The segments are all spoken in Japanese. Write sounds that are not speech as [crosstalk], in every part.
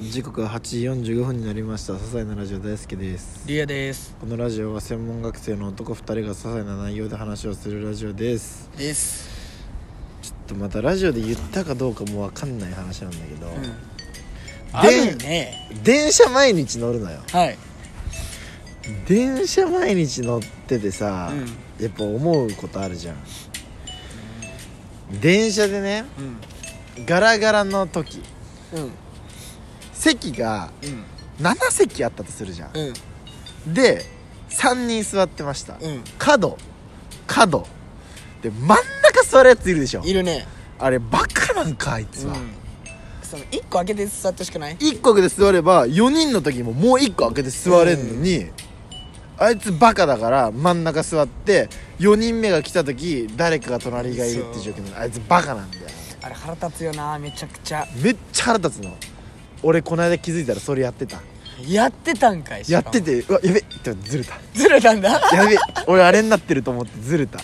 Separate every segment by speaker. Speaker 1: 時刻は8時45分になりました些細なラジオ大好きです
Speaker 2: リアです
Speaker 1: このラジオは専門学生の男2人が些細な内容で話をするラジオです
Speaker 2: です
Speaker 1: ちょっとまたラジオで言ったかどうかもわかんない話なんだけど、
Speaker 2: あるね
Speaker 1: 電車毎日乗るのよ
Speaker 2: はい
Speaker 1: 電車毎日乗っててさ、
Speaker 2: う
Speaker 1: やっぱ思うことあるじゃん電車でね
Speaker 2: う
Speaker 1: ガラガラの時
Speaker 2: んうん
Speaker 1: 席が
Speaker 2: うん
Speaker 1: 7席あったとするじゃん
Speaker 2: うん
Speaker 1: で3人座ってました、
Speaker 2: うん
Speaker 1: 角角で真ん中座るやついるでしょ
Speaker 2: いるね
Speaker 1: あれバカなんかあいつは、
Speaker 2: その1個開けて座ってしかない
Speaker 1: 一1個開けて座れば4人の時ももう1個開けて座れるのに、あいつバカだから真ん中座って4人目が来た時誰かが隣がいるっていう状況になるあいつバカなんだよ
Speaker 2: あれ腹立つよなめちゃくちゃ
Speaker 1: めっちゃ腹立つの俺この間気づいたらそれやってた
Speaker 2: やってたんかいしか
Speaker 1: や
Speaker 2: も
Speaker 1: っててうわやべってずれた
Speaker 2: ずれたん [laughs] だ
Speaker 1: やべ俺あれになってると思ってずれた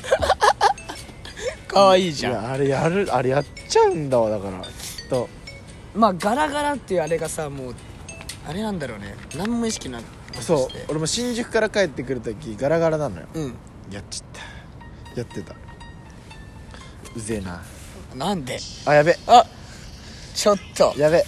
Speaker 2: かわいいじ
Speaker 1: い
Speaker 2: ゃん
Speaker 1: やあれやるあれやっちゃうんだわだからきっと
Speaker 2: まあガラガラっていうあれがさもうあれなんだろうね何も意識なく
Speaker 1: そう
Speaker 2: して
Speaker 1: 俺も新宿から帰ってくる時ガラガラなのよ
Speaker 2: うん
Speaker 1: やっちゃったやってたうぜえな
Speaker 2: なんで
Speaker 1: あやべ
Speaker 2: あちょっと
Speaker 1: やべ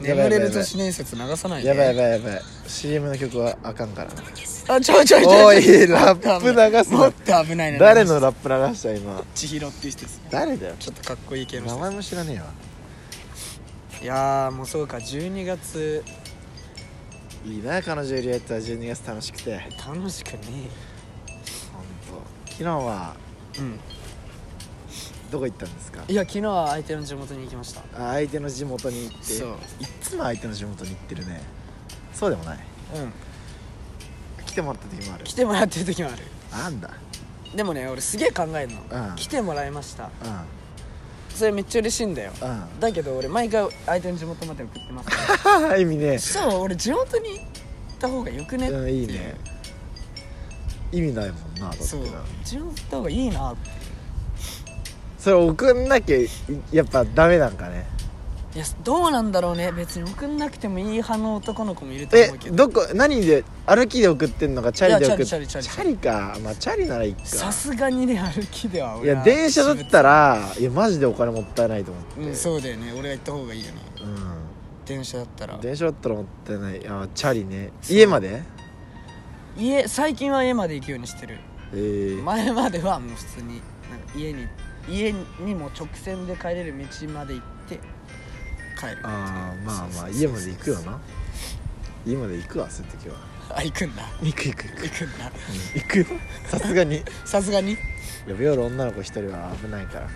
Speaker 1: やば
Speaker 2: 眠
Speaker 1: いやばいやばい
Speaker 2: れる都市伝説流さないで
Speaker 1: やばいやばいやばい CM の曲はあかんからな
Speaker 2: あ [laughs] ちょいちょいちょ
Speaker 1: お
Speaker 2: いちょ
Speaker 1: いラップ流す
Speaker 2: も
Speaker 1: な
Speaker 2: っと危ないな
Speaker 1: 誰のラップ流した今
Speaker 2: 千尋っていう人です
Speaker 1: 誰だよ
Speaker 2: ちょっとかっこいい系の
Speaker 1: 名
Speaker 2: 人
Speaker 1: 前も知らねえわ
Speaker 2: いやーもうそうか12月
Speaker 1: いいな彼女いるやつは12月楽しくて
Speaker 2: 楽しくね
Speaker 1: 本当。昨日は
Speaker 2: うん
Speaker 1: どこ行ったんですか
Speaker 2: いや昨日は相手の地元に行きました
Speaker 1: あ相手の地元に行って
Speaker 2: そう
Speaker 1: いっつも相手の地元に行ってるねそうでもない
Speaker 2: うん
Speaker 1: 来てもらった時もある
Speaker 2: 来てもらってる時もある
Speaker 1: あんだ
Speaker 2: でもね俺すげえ考えるの、
Speaker 1: うん
Speaker 2: 来てもらいました
Speaker 1: う
Speaker 2: それめっちゃ嬉しいんだよ
Speaker 1: ん
Speaker 2: だけど俺毎回相手の地元まで送ってます
Speaker 1: うん意味
Speaker 2: [laughs]
Speaker 1: ね
Speaker 2: そう俺地元に行った方がよくねって
Speaker 1: う
Speaker 2: いうん
Speaker 1: いいね意味ないもんなだってな
Speaker 2: そう地元行った方がいいなって
Speaker 1: それ送んなきゃいやっぱダメなんかね
Speaker 2: いやどうなんだろうね別に送んなくてもいい派の男の子もいると
Speaker 1: え
Speaker 2: 思うけど
Speaker 1: どこ何で歩きで送ってんのかチャリで送って
Speaker 2: いやチャリチャリチャ
Speaker 1: かまあチャリならいいか
Speaker 2: さすがにね歩きでは俺
Speaker 1: いや
Speaker 2: は
Speaker 1: 電車だったらいやマジでお金もったいないと思って
Speaker 2: うんそうだよね俺が行った方がいいよね
Speaker 1: うん
Speaker 2: 電車だったら
Speaker 1: 電車だったらもったいないあチャリね家まで
Speaker 2: 家最近は家まで行くようにしてる
Speaker 1: えー、
Speaker 2: 前まではもう普通になんか家に家にも直線で帰れる道まで行って帰る
Speaker 1: あーまあま
Speaker 2: そ
Speaker 1: あ
Speaker 2: うそうそう
Speaker 1: 家まで行くよな家まで行くわそういう時は
Speaker 2: あ行くんだ
Speaker 1: 行く行く行
Speaker 2: 行くんだ
Speaker 1: 行くよさすがに
Speaker 2: さすがに
Speaker 1: やべ夜女の子一人は危ないから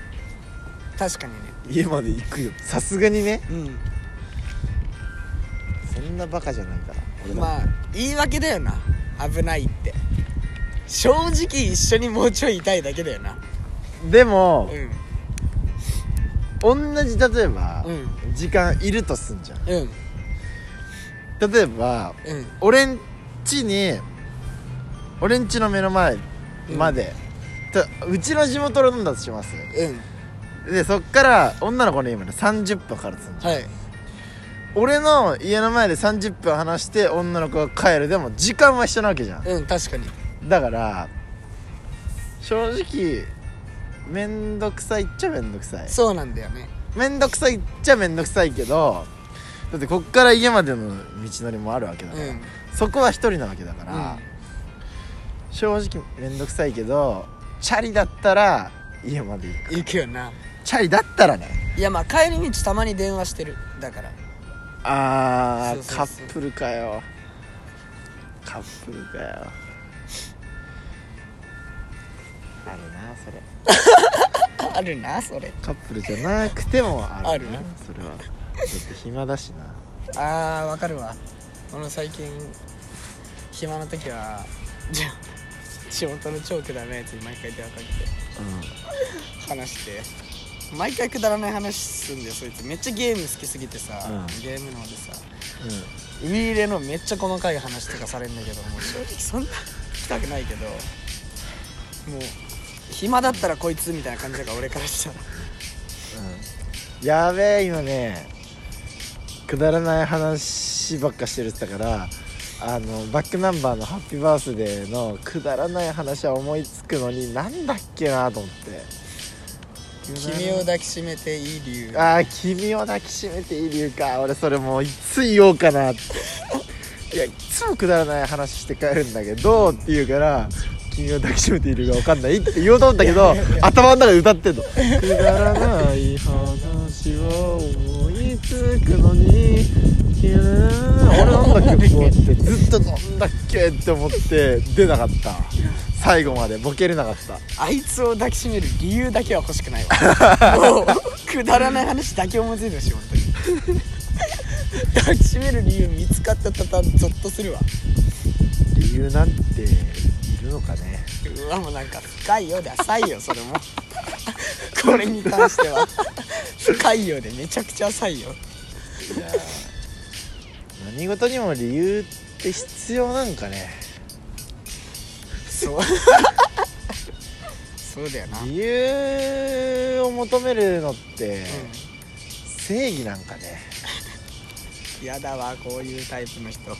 Speaker 2: 確かにね
Speaker 1: 家まで行くよさすがにね
Speaker 2: うん
Speaker 1: そんなバカじゃないから俺だ
Speaker 2: まあ言い訳だよな危ないって正直一緒にもうちょいいたいだけだよな
Speaker 1: でも
Speaker 2: う、ん
Speaker 1: 同じ例えば、
Speaker 2: う
Speaker 1: 時間いるとすんじゃ
Speaker 2: うん
Speaker 1: ん例えば
Speaker 2: うん
Speaker 1: 俺ん家に俺ん家の目の前まで、たうちの地元の飲んだとします
Speaker 2: うん
Speaker 1: でそっから女の子の家まで30分かかるとすんじゃん
Speaker 2: はい
Speaker 1: 俺の家の前で30分話して女の子が帰るでも時間は一緒なわけじゃん
Speaker 2: うん確かに
Speaker 1: だから正直めんどくさいっちゃめんどくさい
Speaker 2: そうなんだよね
Speaker 1: めんどくさいっちゃめんどくさいけどだってこっから家までの道のりもあるわけだから、
Speaker 2: うん
Speaker 1: そこは一人なわけだから、正直めんどくさいけどチャリだったら家まで行く
Speaker 2: 行くよな
Speaker 1: チャリだったらね
Speaker 2: いやまあ帰り道たまに電話してるだから [laughs]
Speaker 1: あー
Speaker 2: そうそうそう
Speaker 1: カップルかよカップルかよあるなそれ
Speaker 2: あるなそれ
Speaker 1: カップルじゃなくてもあるな
Speaker 2: あるな
Speaker 1: それはだって暇だしな
Speaker 2: あーわかるわ俺最近暇な時はじゃ仕事の超くだらないやつに毎回電話かけて話して毎回くだらない話すんだよそいつめっちゃゲーム好きすぎてさ、
Speaker 1: うん
Speaker 2: ゲームの方でさ
Speaker 1: うんうん
Speaker 2: ウィーレのめっちゃ細かい話とかされんだけどもう正直そんな聞きたくないけどもう暇だったらこいつみたいな感じだから俺からしたら
Speaker 1: やべえ今ねくだらない話ばっかしてるって言ったからあのバックナンバーの「ハッピーバースデー」のくだらない話は思いつくのになんだっけなと思って
Speaker 2: 君を抱きしめていい理由
Speaker 1: ああ君を抱きしめていい理由か俺それもういつ言おうかなっていやいつもくだらない話して帰るんだけどって言うから君を抱きしめているが分かんないって言おうと思ったけど頭の中で歌ってんのくだらない話を思いつくのに君俺なんだっけこうってずっとなんだっけって思って出なかった最後までボケれなかった
Speaker 2: あいつを抱きしめる理由だけは欲しくない [laughs] わもうくだらない話だけ思いついてほしい本当に抱きしめる理由見つかった途端ゾッとするわ
Speaker 1: 理由なんているのかね
Speaker 2: うわもうなんか深いようで浅いよそれもこれに関しては深いようでめちゃくちゃ浅いよ
Speaker 1: いやー何事にも理由って必要なんかね
Speaker 2: そう [laughs] そうだよな、うん、
Speaker 1: 理由を求めるのって正義なんかね
Speaker 2: やだわこういうタイプの人好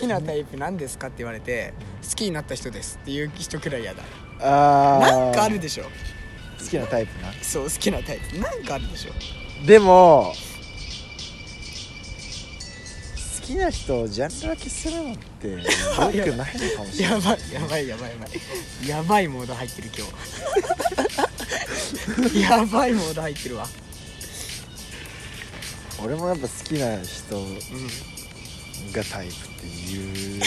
Speaker 2: きなタイプ何ですかって言われて好きになった人ですっていう人くらいやだ
Speaker 1: あー
Speaker 2: なんかあるでしょ
Speaker 1: 好きなタイプな
Speaker 2: そう好きなタイプなんかあるでしょ
Speaker 1: でも好きな人をジャンル分けするのってよくないのかもしれない
Speaker 2: やばいやばいやばいやばいやばいモード入ってる今日 [laughs] やばいモード入ってるわ
Speaker 1: 俺もやっぱ好きな人
Speaker 2: うん
Speaker 1: がタイプっていう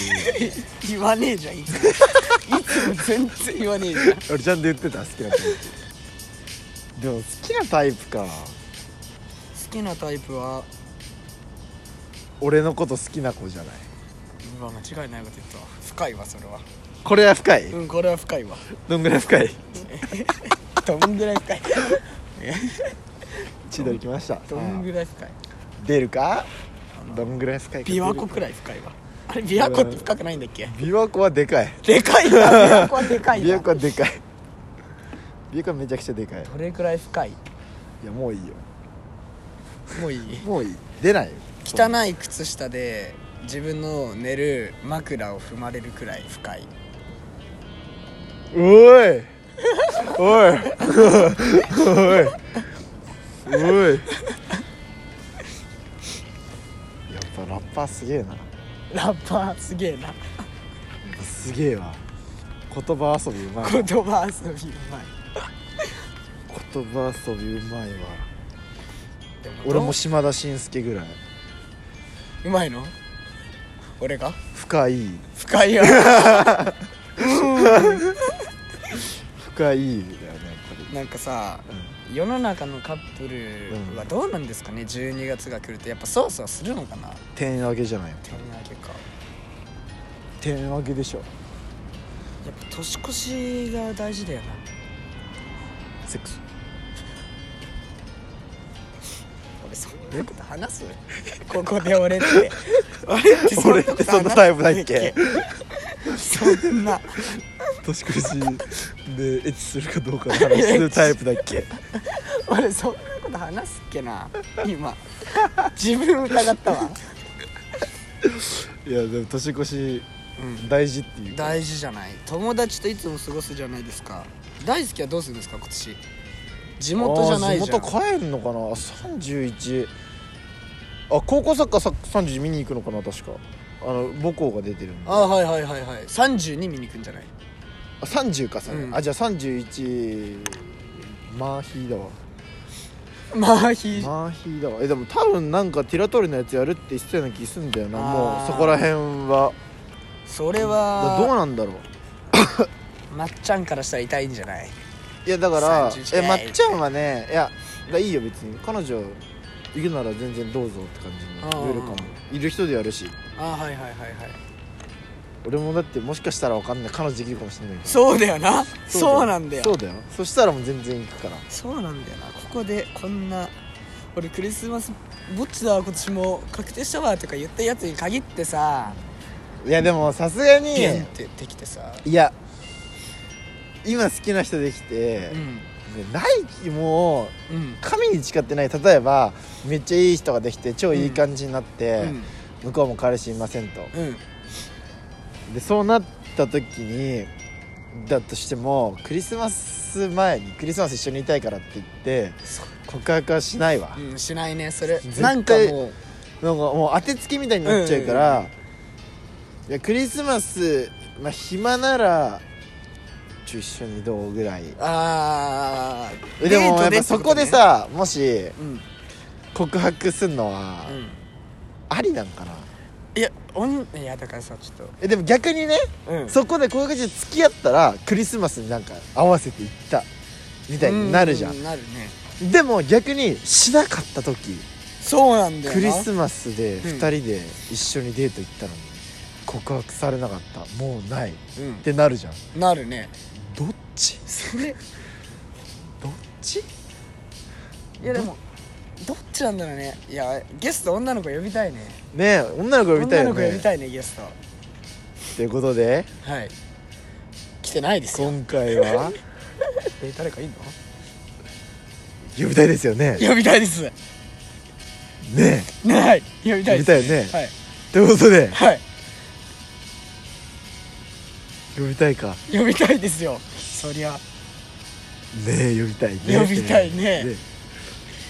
Speaker 2: 言わねえじゃんいつもいつも全然言わねえじゃん
Speaker 1: 俺ちゃんと言ってた好きなタイ
Speaker 2: [laughs]
Speaker 1: プでも好きなタイプか
Speaker 2: 好きなタイプは
Speaker 1: 俺のこと好きな子じゃないう
Speaker 2: わ間違いないこと言ったわ深いわそれは
Speaker 1: これは深い、
Speaker 2: うんこれは深いわ
Speaker 1: どんぐらい深い
Speaker 2: どんぐらい深い
Speaker 1: 千鳥来ました
Speaker 2: どんぐらい深い
Speaker 1: 出るかどんぐらい深いか
Speaker 2: 琵琶湖くらい深いわあれ琵琶湖って深くないんだっけ
Speaker 1: 琵琶湖はでかい
Speaker 2: [laughs] でかいな琵琶湖はでかい
Speaker 1: 琵
Speaker 2: な
Speaker 1: 琶湖はでかい琵琶湖はめちゃくちゃでかい
Speaker 2: どれくらい深い
Speaker 1: いやもういいよ
Speaker 2: もういい
Speaker 1: もういい出ないよ
Speaker 2: 汚い靴下で自分の寝る枕を踏まれるくらい深い
Speaker 1: おいおいおいおいやっぱラッパーすげえな
Speaker 2: ラッパーすげえな
Speaker 1: すげえわ言葉遊びうまい
Speaker 2: 言葉遊びうまい
Speaker 1: 言葉遊びうまいわ
Speaker 2: で
Speaker 1: 俺も島田紳助ぐらいう
Speaker 2: まいの俺が
Speaker 1: 深い
Speaker 2: 深いよ
Speaker 1: 深いだよねやっぱり
Speaker 2: [laughs] なんかさ、世の中のカップルはどうなんですかね、12月が来るとやっぱそわそわするのかなっ
Speaker 1: 点上げじゃないの
Speaker 2: てなわけか
Speaker 1: 点上げでしょ
Speaker 2: やっぱ年越しが大事だよな
Speaker 1: セックス
Speaker 2: 俺そんなこと話す [laughs] ここで俺って [laughs] 俺ってそん
Speaker 1: 俺
Speaker 2: な
Speaker 1: っ
Speaker 2: こ
Speaker 1: て
Speaker 2: と
Speaker 1: そんな
Speaker 2: 話す
Speaker 1: タイプだっけ
Speaker 2: そんな
Speaker 1: 年越しでエッチするかどうかの話するタイプだっけ
Speaker 2: 俺そんなこと話すっけな今自分疑った
Speaker 1: [laughs]
Speaker 2: わ
Speaker 1: いやでも年越し
Speaker 2: うん
Speaker 1: 大事っていうか
Speaker 2: 大事じゃない友達といつも過ごすじゃないですか大好きはどうするんですか今年地元じゃないじゃ
Speaker 1: あー
Speaker 2: ん
Speaker 1: 地元帰るのかな31あ高校サッカーさ31見に行くのかな確かあの母校が出てるんで
Speaker 2: あーはいはいはいはい30に見に行くんじゃない
Speaker 1: あ30かそれ、
Speaker 2: うん
Speaker 1: あじゃあ31マーヒーだわ
Speaker 2: まあひ
Speaker 1: マーヒーだわえでも多分なんかティラトリのやつやるって言ってたような気すんだよな
Speaker 2: あー
Speaker 1: もうそこら辺は
Speaker 2: それ
Speaker 1: だどう
Speaker 2: は
Speaker 1: なんだろう
Speaker 2: まっちゃんからしたら痛いんじゃない
Speaker 1: いやだから
Speaker 2: 31
Speaker 1: えまっちゃんはねいやだいいよ別に彼女いるなら全然どうぞって感じ
Speaker 2: うん
Speaker 1: にウェルカムいる人でやるし
Speaker 2: あーはいはいはいはい
Speaker 1: 俺もだってもしかしたらわかんない彼女できるかもしれないから
Speaker 2: そうだよなそうなんだよ
Speaker 1: そうだよそしたらもう全然行くから
Speaker 2: そうなんだよなここでこんな俺クリスマスぼっちだわ今年も確定したわとか言ったやつに限ってさ
Speaker 1: いやでもさすがに
Speaker 2: ビュンってできてさ
Speaker 1: いや今好きな人できて
Speaker 2: う、ん
Speaker 1: ないもう
Speaker 2: うん
Speaker 1: 神に誓ってない例えばめっちゃいい人ができて超いい感じになって、
Speaker 2: うん
Speaker 1: 向こうも彼氏いませんと
Speaker 2: うん
Speaker 1: でそうなった時にだとしてもクリスマス前にクリスマス一緒にいたいからって言って
Speaker 2: そう
Speaker 1: 告白はしないわ、
Speaker 2: うんしないねそれ
Speaker 1: 絶対
Speaker 2: なんかもう
Speaker 1: なんかもう当てつけみたいになっちゃうから、いやクリスマス、まあ、暇ならちょ一緒にどうぐらい
Speaker 2: あー
Speaker 1: でもやっ
Speaker 2: デート
Speaker 1: ぱ
Speaker 2: って
Speaker 1: そ
Speaker 2: とね
Speaker 1: こでさもし
Speaker 2: うん
Speaker 1: 告白すんのは
Speaker 2: うん
Speaker 1: ありなんかな、
Speaker 2: いやおんいやだからさちょっ
Speaker 1: えでも逆にね
Speaker 2: とうん
Speaker 1: そこでこういう感じで付き合ったらクリスマスになんか合わせていったみたいになるじゃ
Speaker 2: うんなるね
Speaker 1: でも逆にしなかった時
Speaker 2: そうなんだよな
Speaker 1: クリスマスで2人で一緒にデート行ったのに告白されなかったもうないっ
Speaker 2: うん
Speaker 1: てなるじゃん
Speaker 2: なるね
Speaker 1: どっち
Speaker 2: それ
Speaker 1: どっち
Speaker 2: いやでもどっちなんだろうねいやゲスト女の子呼びたいね
Speaker 1: ねえ女の子呼びたいよ
Speaker 2: 女の子呼び
Speaker 1: ね
Speaker 2: たいねゲスト
Speaker 1: ということで
Speaker 2: はい来てないですよ
Speaker 1: 今回
Speaker 2: [laughs]
Speaker 1: は
Speaker 2: え誰かいんの
Speaker 1: 呼びたいですよね
Speaker 2: 呼びたいですね
Speaker 1: ねえ
Speaker 2: はい呼びた
Speaker 1: 呼
Speaker 2: いです
Speaker 1: びたいよね
Speaker 2: はい
Speaker 1: ということで
Speaker 2: はい
Speaker 1: 呼びたいか
Speaker 2: 呼びたいですよそりゃ
Speaker 1: ねえ呼びたいね
Speaker 2: 呼びたいね
Speaker 1: え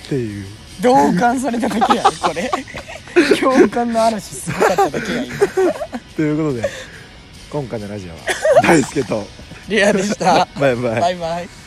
Speaker 1: っていう
Speaker 2: 同感されただけやんこ [laughs] れ共感の嵐すごかっただけやん今
Speaker 1: ということで今回のラジオは大輔と
Speaker 2: リアでした
Speaker 1: バイバイ
Speaker 2: バイバイ